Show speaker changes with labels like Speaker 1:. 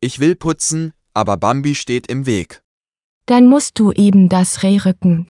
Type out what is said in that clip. Speaker 1: Ich will putzen, aber Bambi steht im Weg.
Speaker 2: Dann musst du eben das Reh rücken.